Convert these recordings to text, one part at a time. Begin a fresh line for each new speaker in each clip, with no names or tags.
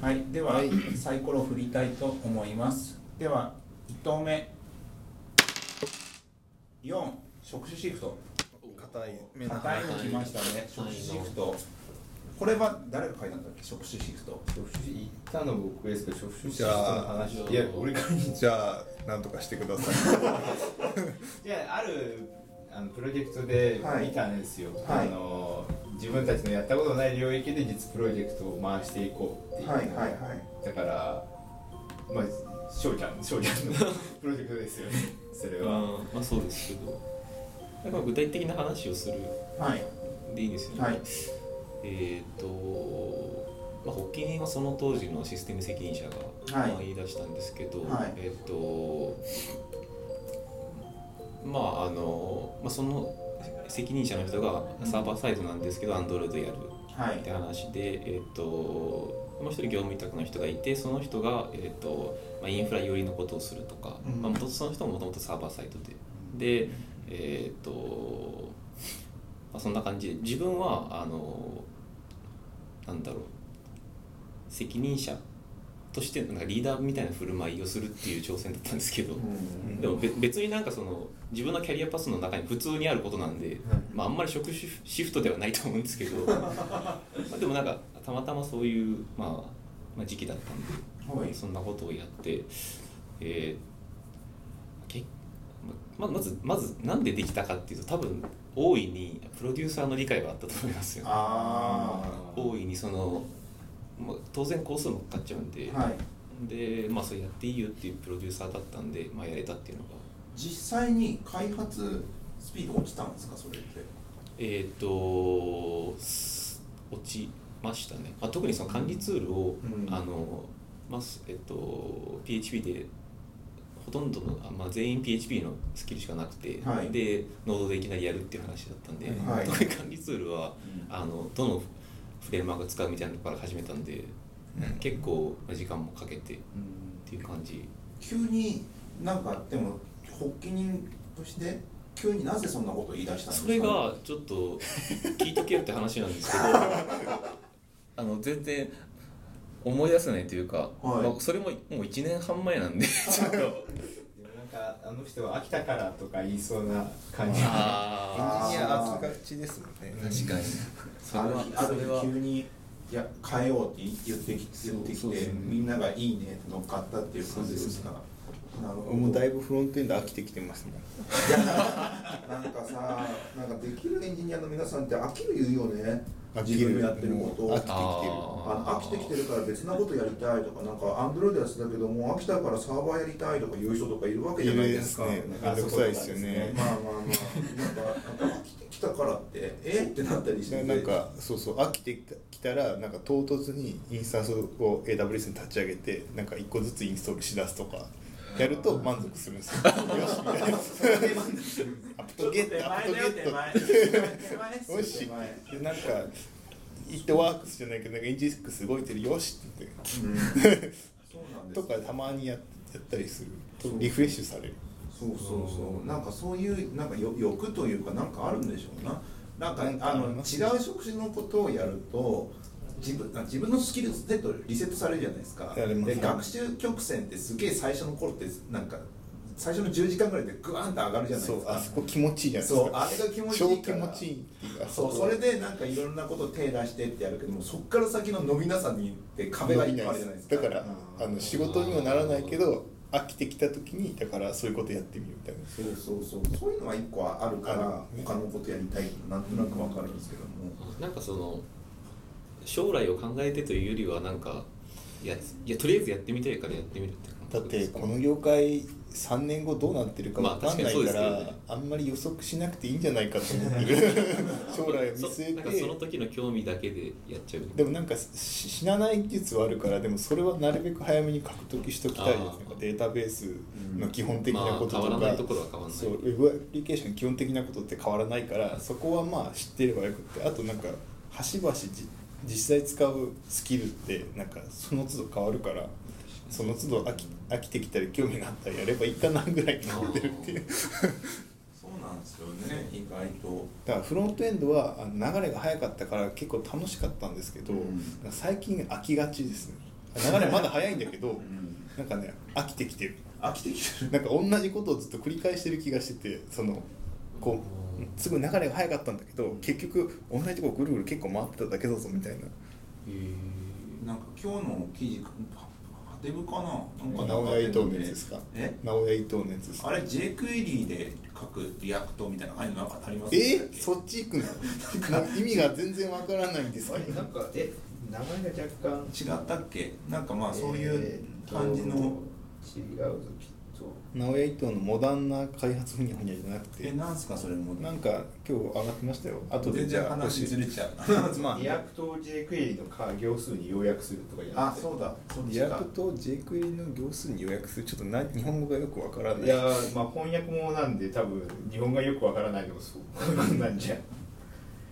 はい、では、
はい
サイコロ振りたいと思います。では、一投目。四、職種シフト。
硬い目な
硬いのきましたね。職種シフト。これは誰が書いたんだっけ、職種シフト。
職種行ったの僕ですけど職種シ
じ
フ
ゃ
トの
あ
話いや俺からに
じゃあなんとかしてください
いやあるあのプロジェクトで
はい
見たんですよ、
はい
あの自分たちのやったことない領域で実プロジェクトを回していこうっていう、
はい。
だからまあ翔ちゃん翔ちゃんの プロジェクトですよねそれは、
まあ、まあそうですけどなんか具体的な話をする
はい。
でいいですよね、
はい。
えっ、と、まあ、発起人はその当時のシステム責任者が、
はい
まあ言い出したんですけど、
はい
えっ、とまああの、まあ、その責任者の人がサーバーサイドなんですけど、Android やる
は
っ
い。
て話で、えっともう一人業務委託の人がいてその人が、えっとまあ、インフラ寄りのことをするとか、
うん
まあ、元々その人ももともとサーバーサイトでで、えっとまあ、そんな感じで自分はあのなんだろう責任者としてなんかリーダーみたいな振る舞いをするっていう挑戦だったんですけど、
うん
でもべ別になんかその自分のキャリアパスの中に普通にあることなんで、まあ、あんまり職種シフトではないと思うんですけ どまあでもなんかたまたまそういう、まあ、まあ時期だったんで、
はい
そんなことをやって、えーけままずまずなんでできたかっていうと多分大いにプロデューサーの理解があったと思いますよ、
あ
大いにその、まあ、当然工数もかかっちゃうんで、
あ。はい。
で、まあ、それやっていいよっていうプロデューサーだったんで、まあ、やれたっていうのが。
実際に開発スピード落ちたんですか、それって。
えっ、とす落ちましたね、まあ、特にその管理ツールを、
うん
あのまあすえっと PHP でほとんどの、あまあ、全員 PHP のスキルしかなくて、
はい
でノードでいきなりやるっていう話だったんで、
はい
特に管理ツールはあのどのフレームワーク使うみたいなところから始めたんで、結構まあ時間もかけてっ
うん
ていう感じ。
急になんかでも発起人として急になぜそんなこと言い出したんですか
それがちょっと聞いとけよって話なんですけ どあの全然思い出せないというか、
はい
まあ、それももう1年半前なんでちょっと
でもなんかあの人は秋田からとか言いそうな感じ
あ
あ
いや扱うちですもんね
ー確かにそれ
ある
は
日あ
そ
る
れは
日急にいや変えようって言ってき
そ
言
う
ってき
そうです
て
ね
みんながいいねって乗っかったっていう感じですかなるほど
もうだいぶフロントエンド飽きてきてますもん
なんかさなんかできるエンジニアの皆さんって飽きる言うよね
飽き
自
る
分のやってること
もう
を
飽きてきてる
あの飽きてきてるから別なことやりたいとかなんかアンドロイドやってたけどもう飽きたからサーバーやりたいとか言う人とかいるわけじゃないですか
いるですねめんどくさいですよね
まあまあまあなんかなんか飽きてきたからってえってなったりして
でなんかそうそう飽きてきたらなんか唐突にインスタンスを AWS に立ち上げてなんか一個ずつインストールしだすとかやると満足するんですよ。 よしみたいな。アップトゲットアップトゲット
ト
よしでなんかイットワークスじゃないけどなんかインジックス動いてるよしって
うんそうなんです
と
よ
かたまにややったりすると
そう
リフレッシュされる。
そうそうそうなんかそういうなんかよ欲というかなんかあるんでしょうななんか
なんか
あの
あります
違う職種のことをやると自分あ自分のスキルセットリセットされるじゃないですか
やります
で学習曲線ってすげえ最初の頃ってなんか最初の10時間ぐらいでグワンと上がるじゃない
そ
で
う
すか
あそこ気持ちいいじゃない
そうあ
で
れ
す
が
か。
気持ちい
超
い
気
から
持ちいいっていうか。
そうそれでなんかいろんなこと手出してってやるけどもそっから先の伸びなさにって壁がいっぱいあるじゃないですか
だからあの仕事にもならないけど飽きてきた時にだからそういうことやってみるみたいな
そうそうそうそういうのは一個あるから
ある
他のことやりたいってなんとなくわかるんですけども、
なんかその将来を考えてというよりはなんかいやいやとりあえずやってみたいからやってみるって感
だっ
覚で
て
すか
この業界3年後どうなってるか分かんないから、
まあ確かにそう
あ
ですよね
んまり予測しなくていいんじゃないかと思っ てる将来を見
そなんか
据
その
えて
時の興味だけでやっちゃう
でもなんかし死なない技術はあるからでもそれはなるべく早めに獲得しときたいですね
あー
なんかデータベースの基本的なこととか、
まあ変わらないところは変わらない
そうウェブアプリケーションの基本的なことって変わらないからそこはまあ知ってればよくってあとなんか端々じ実際使うスキルってなんかその都度変わるからその都度飽き飽きてきたり興味があったらやればいいかなぐらいに思ってるっていう
そうなんですよね意外と
だからフロントエンドはあの流れが早かったから結構楽しかったんですけど、
うん
なんか最近飽きがちですね流れまだ早いんだけど、
ん
なんかね飽きてきてる
飽きてきてる
なんか同じことをずっと繰り返してる気がしててそのこうすごい流れが早かったんだけど結局同じとこぐるぐる結構回ってただけだぞみたいな
なんか今日の記事かハテブかななんか
直
中
屋伊
で
藤のやつですか
え
直屋伊藤のやつですか
あれ J クエリーで書くリアクトみたいな感じのなんかあります
えそっち行くのなんか意味が全然わからないんです
あ
け
れ
ど
なんかえ名前が若干
違ったっけなんかまあそういう感じの、
えーと違うぞきっと
直屋伊藤のモダンな開発ふにゃふにゃじゃなく
え
て
なんすかそれも
なんか今日上がってましたよ後で
全
じ
然
ゃあ
話ずれちゃう
ま
リアクト J クエリのか行数に要約するとかじゃな
あ
くて
そうだそう
リアクと J クエリの行数に予約するちょっとな日本語がよくわからない
いやーまあ翻訳もなんで多分日本がよくわからないのもそうなんじゃ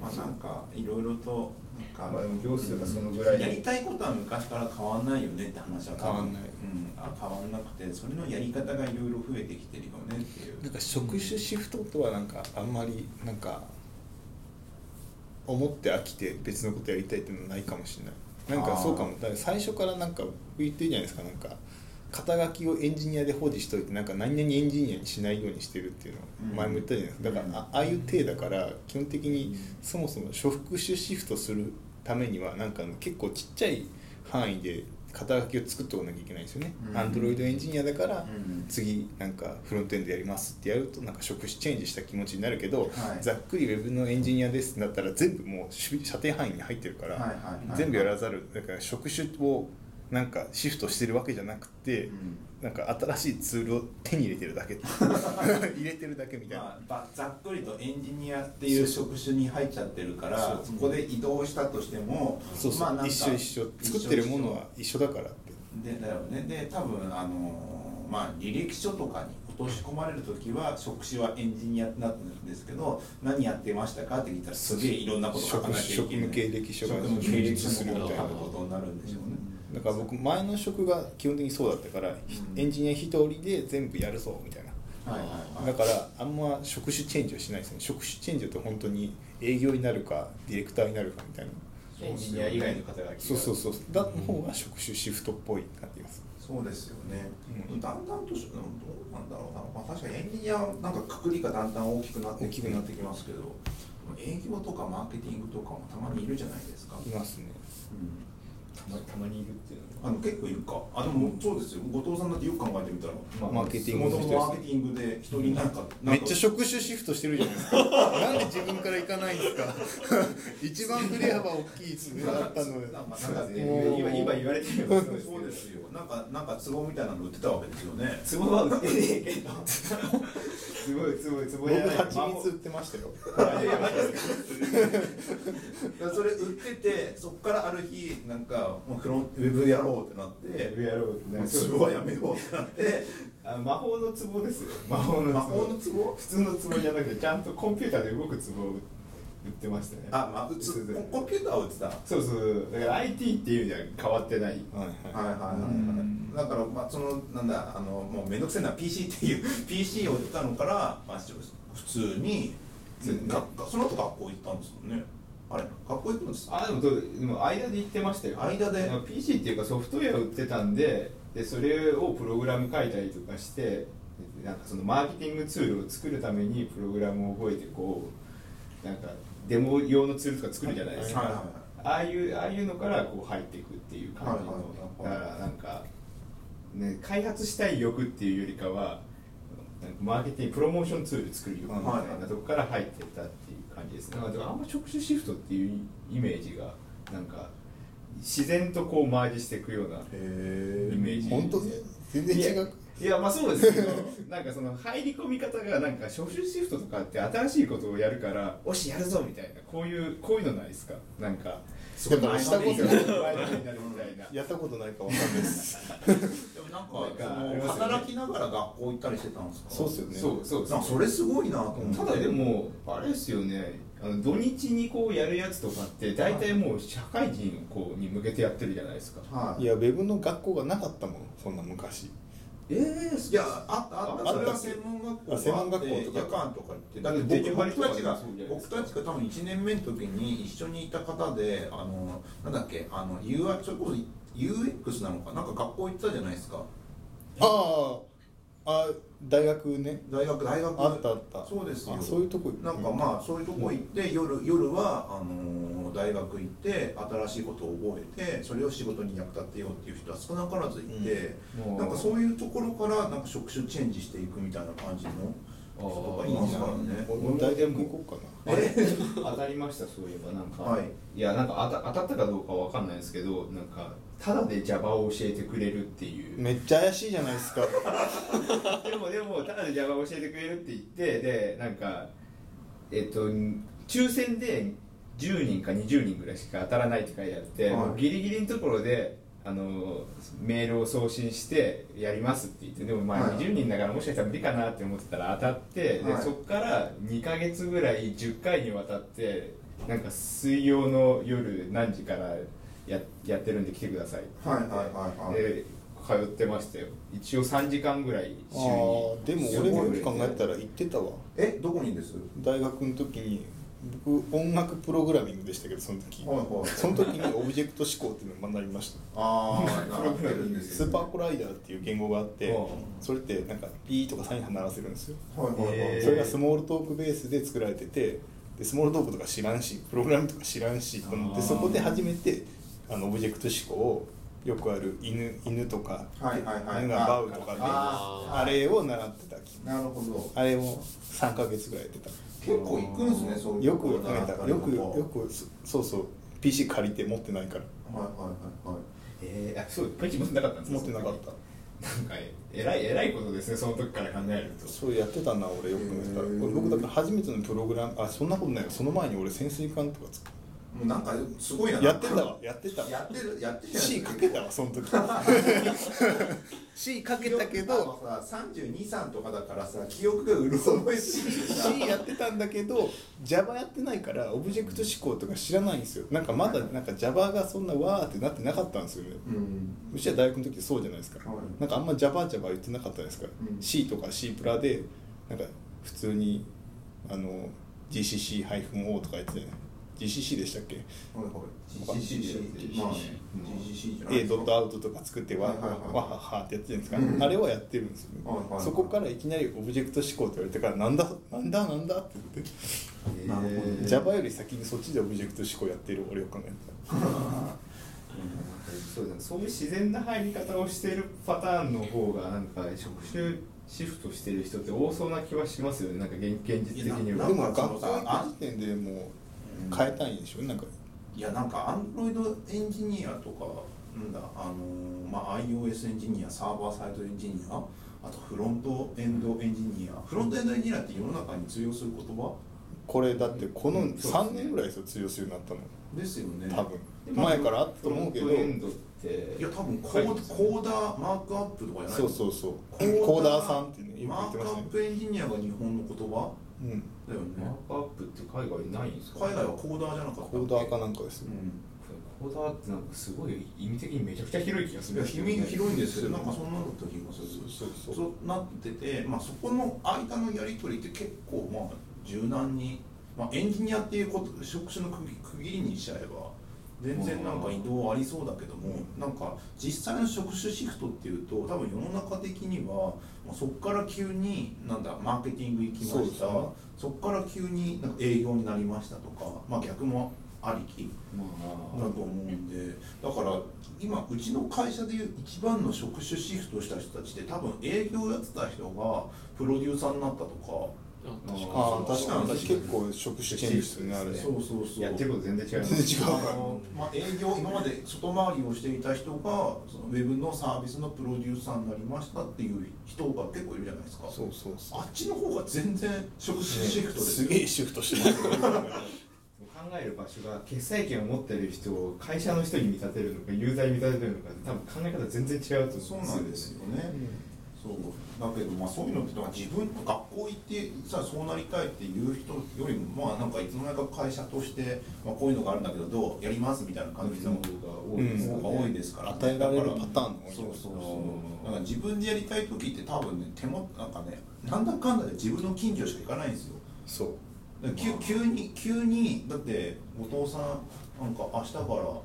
まあなんかいろいろとなん
ま
か
あでも行数がそのぐらい
やりたいことは昔から変わんないよねって話は
変わんない
うん、あ変わんなくてそれのやり方がいろいろ増えてきてるよねっていう
なんか職種シフトとはなんかあんまりなんか思って飽きて別のことやりたいっていうのはないかもしれないなんかそうかもだから最初からなんか言ってるじゃないですかなんか肩書きをエンジニアで保持しといてなんか何々エンジニアにしないようにしてるっていうの
うん
前も言ったじゃないですかだからあああいう体だから基本的にそもそも職種シフトするためにはなんかあの結構ちっちゃい範囲で肩書きを作っておかなきゃいけないんですよね
う。ん
アンドロイドエンジニアだから、
うん
次なんかフロントエンドやりますってやるとなんか職種チェンジした気持ちになるけど、
はい
ざっくりウェブのエンジニアですってなったら全部もう守備射程範囲に入ってるから、
はいはいはい
全部やらざるだから職種をなんかシフトしてるわけじゃなくて、
うん
なんか新しいツールを手に入れてるだけ 入れてるだけみたいな、
まあば、ざっくりとエンジニアっていう職種に入っちゃってるから
そう
そこで移動したとしても
そうそう、
まあなんか
一緒一緒作ってるものは一緒だからって
でだよねで多分あのーまあ履歴書とかに落とし込まれる時は職種はエンジニアになってるんですけど何やってましたかって聞いたらすげえいろんなこと書かなきゃいけない
職職務経歴書が
職務経歴
充実す
書
る
の
み
ことを
たいな
書くことになるんでしょうね、
だから僕前の職が基本的にそうだったから、エンジニア一人で全部やるぞみたいな
はいはいはい
だからあんま職種チェンジをしないですね職種チェンジだと本当に営業になるかディレクターになるかみたいな
エンジニア以外の方が
そうそうそうだの方が職種シフトっぽいなってます
そうですよね、
うん
だんだんとしどうなんだろうな、まあ、確かにエンジニアはなんかくくりがだんだん大きくなってき
大きくなって
きますけど営業とかマーケティングとかもたまにいるじゃないですか、
いますね
うん
たまたまにいるっていうの
あの結構いるかあでもそうですよ後藤さんだってよく考えてみたら
は
マーケティング
もとも
の人
と
で
マーケティングで一人なんか、なんか
めっちゃ職種シフトしてるじゃない ですかなんで自分から行かないんですか 一番振れ幅大きい爪だったの
なんか
そうですね
もう
今今言われてみればそうですけ
そ
ど
うですよなんかなんか壺みたいなの売ってたわけですよね
ツボは売ってねえけどすごいすごいツボ
僕
じゃない
蜂蜜売ってましたよ
あいやいやマジですか
だ からそれ売っててそっからある日なんかもうフロンウェブやろうってなって
やろうってなる
壺はやめようってなって
あ魔法のツボですよ魔法の
魔法の
ツ
壺
普通のツボじゃなくてちゃんとコンピューターで動くツボを売ってましたね
あまあうつ
そうそう
コンピューターを打ってたはい
そうそうだから IT っていうのは変わってない
はい
はいはいはいだからまあそのなんだあのもうめんどくせえな PC っていう PC を売ったのからまあし普通に
普通にね
ががその後学校行ったんですもんねあれ学校行くんです
あでもどうでも間で言ってましたよ
間で
あの PC っていうかソフトウェア売ってたんででそれをプログラム書いたりとかしてでなんかそのマーケティングツールを作るためにプログラムを覚えてこうなんかデモ用のツールとか作るじゃないですか、
はいはいはい
ああいうああいうのからこう入っていくっていう感じの、
はいはい
だからなんか、ね、開発したい欲っていうよりかはなんかマーケティングプロモーションツール作る欲みたいなとこから入ってたっていう感じですね、だからあんま職種シフトっていうイメージがなんか自然とこうマージしていくような
へ
イメージ
本当全然違う
いやまあそうですけど なんかその入り込み方がなんか職種シフトとかって新しいことをやるからおしやるぞみたいなこういうこういうのないですかなんか
だからしたことない
前のめりになるみたいな
やったことないかわかんないです。
でもなんか
なんか
その
ありますよね
働きながら学校行ったりしてたんですか
そうっすよね。
そうそう
なんかそれすごいなと思って
ただでもあれですよねあの土日にこうやるやつとかって大体もう社会人をこうに向けてやってるじゃないですか
はい
いやウェブの学校がなかったもんそんな昔。
ええ
いやあったあった
あ
それは
あったっけ
専門学校
あ専門学校とか
夜間とか行ってだ
だ
っ
ってて
僕
デリバリー
僕
とか
たちが
そうじゃないで
僕
すか
たちが多分1年目の時に一緒にいた方であのなんだっけあの UR それこそ UX なのかなんか学校行ったじゃないですか
あああ大学ね
大学大学
あったあった
そうですよ
あそういうとこ行く
なんかまあそういうとこ行って、夜夜はあのー大学行って新しいことを覚えてそれを仕事に役立てようっていう人は少なからずいて、
うん
なんかそういうところからなんか職種チェンジしていくみたいな感じの人とかいますからね
俺も大学行こうかな
え
当たりましたそういえばなんか、
はい
いやなんか当た当たったかどうかわかんないですけどなんかただで Java を教えてくれるっていう
めっちゃ怪しいじゃないですか
でもでもただで Java を教えてくれるって言ってでなんかえっと抽選で10人か20人ぐらいしか当たらないって書いてあって、
はい
もうギリギリのところであのメールを送信してやりますって言ってでもま
は
あ
い
20人だからもしかしたら無理かなって思ってたら当たって、
は
で
い
そこから2ヶ月ぐらい10回にわたってなんか水曜の夜何時からややってるんで来てくださいって言って、
はいはいはいはい
で通ってましたよ一応3時間ぐらい
あーでも俺もよく考えたら行ってたわ
えどこにです
大学の時に僕音楽プログラミングでしたけどその時、
はいはい
その時にオブジェクト思考っていうのを学びました
ああなってるんです
ス
よ
ーパーコライダーっていう言語があって、
うん
それってなんかピーとかサイン鳴らせるんですよ、
はいはいはい
へー
それがスモールトークベースで作られててでスモールトークとか知らんしプログラムとか知らんしと思っ
あ
て
ー
そこで初めてあのオブジェクト思考をよくある犬犬とか、
はいはいはい
犬がバウとかね
あ
あれを習ってた気
なるほど
あれも3ヶ月ぐらいやってた
結構行くんですねそういう
よ
とこ
く
ろ
やめたよくよくそそうそう PC 借りて持ってないから
はいはいはいはい
えー、あそうペンチ持ってなかったんです
持ってなかった
なんかえらいえらいことですねその時から考えると
そうやってたな俺よく見たら
へー
俺僕だから初めてのプログラムあそんなことないよその前に俺潜水艦とか作っ
もうなんかすごいな
やってたわやってた
や
わ
ってるやってる
C かけたわその時 C かけたけ
あ
ど
のさ323とかだからさ記憶がうろ覚えすぎてさ
C やってたんだけど Java やってないからオブジェクト思考とか知らないんですよなんかまだなんか Java がそんなわーってなってなかったんですよね
うん
うちは大学の時そうじゃないですか、
はい
なんかあんま Java Java 言ってなかったですから、
うん
C とか C プラでなんか普通にあの GCC-O とか言ってたよね GCC でしたっけ
はいはい
まあ
GCC まあ GCC じゃない
A
です
ド
か
ットアウトとか作ってわ,、
はいはいはい
わははってやってるんですか、
うん
あれはやってるんですよね、
はいはいはい
そこからいきなりオブジェクト思考って言われてからなんだなんだなんだって言って、
なるほどえ
Java より先にそっちでオブジェクト思考やってる俺を考えてた
そうだねそういう自然な入り方をしているパターンの方がなんか職種シフトしてる人って多そうな気はしますよねなんか現現実的に
いや
は
で
な
も
ん
学
かその
校
さ
行った時点でもう変えたいんでしょなんか
いやなんかアンドロイドエンジニアとかなんだあのーまあ iOS エンジニアサーバーサイドエンジニアあとフロントエンドエンジニアフロントエンドエンジニアって世の中に通用する言葉
これだってこの
うんそうですね
3年ぐらいですよ通用するようになったの
ですよね
多分前からあったと思うけど
フロントエンドって
いや多分コードコーダーマークアップとかじゃない
そうそうそうコーダーさんってねよく
マ
言っ
ー
て
クア
ました
ッ
ね
プエンジニアが日本の言葉
うん
だよ
マー
ね
クアップって海外ないんですか
海外はコーダーじゃなかったっけ
コーダーかなんかです
う
ね
ん
コーダーってなんかすごい意味的にめちゃくちゃ広い気がす
い
る
や
ん
広い広いんですけどなんかそ
の
んなのと言いまする
そうそうそう
そうなってて、まあ、そこの間のやり取りって結構まあ柔軟に、まあ、エンジニアっていうこと職種の区切区切りにしちゃえば全然なんか移動ありそうだけども、なんか実際の職種シフトっていうと多分世の中的には、まあ、そこから急になんだマーケティング行きま
そうで
し
す
た
ね
そこ、から急になんか営業になりましたとか、まあ、逆もありき。だと思うんでだから今うちの会社でいう一番の職種シフトした人たちって多分営業やってた人がプロデューサーになったとか
確か
ああ
そう
確か
確
に
かに
結構職種チェンジですよねあれ
そうそうそう
やってること全然違います
全然違う
あのまあ、営業今まで外回りをしていた人がそのウェブのサービスのプロデューサーになりましたっていう人が結構いるじゃないですか
そうそうそう
あっちの方が全然職種シフトです
す
よ
げえシフトしてますね
考える場所が決済権を持ってる人を会社の人に見立てるのかユーザーに見立てるのか多分考え方全然違うと思
そうなんですよね、
うん
そうだけど、まあ、そういうのってのは自分学校行ってさそうなりたいっていう人よりもまあなんかいつの間にか会社として、まあ、こういうのがあるんだけどどうやりますみたいな感じの方
方
多いですよ
が多いですから、
与えられる
だから
パターンの多い
そうそうそうだから自分でやりたい時って多分ね手もなんかねなんだかんだで自分の近所しか行かないんですよ
そう
だから急急に急にだって後藤さんなんか明日からあの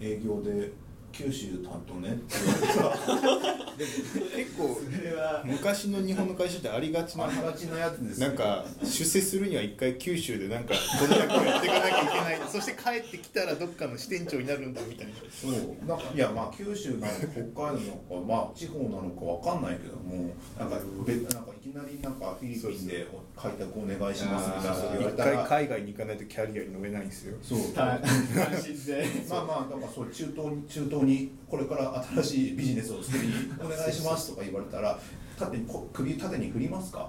営業で九州担当ねって言われた
結構
それは
昔の日本の会社ってありがちな
ありがちなやつです
なんか出世するには一回九州でなんかこんなことやっていかなきゃい けないそして帰ってきたらどっかの支店長になるんだみたいな
そうなんかいやまあ九州なのか北海道なのかまあ地方なのかわかんないけどもなんか別なんかいきなりなんかフィリピンで開拓お願いしますみたいなこと言われ
一
た
回
ら
海外に行かないとキャリアに乗れないんですよ
そう
単身で
まあまあなんかそう中東に中東にこれから新しいビジネスを作りにお願いしますとか言われたら縦にこ首縦に振りますか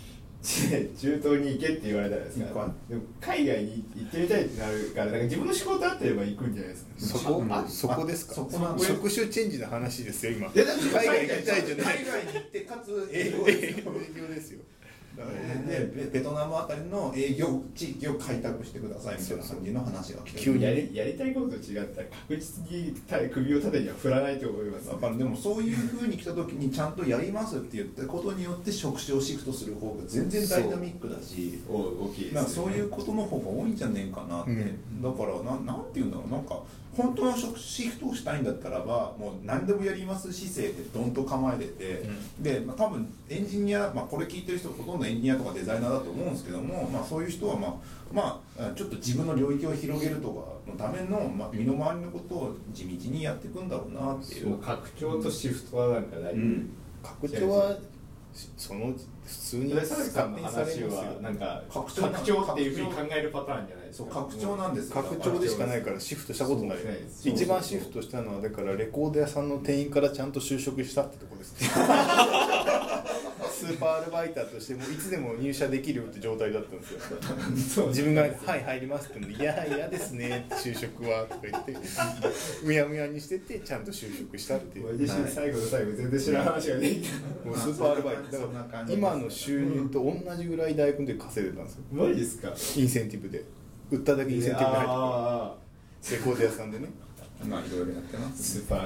中東に行けって言われたらですね
行かない
でも海外に行ってみたいってなるからなんか自分の仕事あってれば行くんじゃないですか
そこ
あ
そこですか
そこなんだ
職種チェンジの話ですよ今
いやだって
海外行きたいじゃ ない
海外に行ってかつ英語ですよ
営業ですよ
だからでベベトナムあたりの営業地域を開拓してくださいみたいな感じの話が来てる
急に
やりやりたいことと違ったら確実にた首を縦には振らないと思います
だからでもそういうふうに来た時にちゃんとやりますって言ったことによって職種をシフトする方が全然ダイナミックだし
お大きいです
な
よ
ん
ね
かそういうことの方が多いんじゃねえかなって、
うん
だからななんていうんだろうなんか本当の職シフトをしたいんだったらばもう何でもやります姿勢でどんと構えてて、で、まあ、多分エンジニア、まあ、これ聞いてる人ほとんどエンジニアとかデザイナーだと思うんですけども、まあ、そういう人は、まあまあ、ちょっと自分の領域を広げるとかのための、まあ、身の回りのことを地道にやっていくんだろうなってい
そうう。拡張とシフトはなんか大事、
うん
拡張はそのうち普通に
で佐々木さんの
勝手
話
にされますよ
はなんか
拡
拡
張
張
な
っていうふうに考えるパターンじゃないです
そう
か
拡張なんですよ
拡張でしかないからシフトしたことない
そうですね
一番シフトしたのはだからレコード屋さんの店員からちゃんと就職したってとこですスーパーアルバイターとしてもいつでも入社できるよって状態だったんですよ
そう
自分が「はい入ります」って言うので「いや嫌ですね就職は」とか言ってむやむやにしててちゃんと就職したっていう
私最後の最後全然知らん話ができた
もうスーパーアルバイト
そんな
だから
感じ
今の収入と同じぐらい大学で稼いでたんですよ
マジですか
インセンティブで売っただけインセンティブが入ってくる
あ
レコード屋さんでね
まあいろいろやってま
ー
す
スーパーア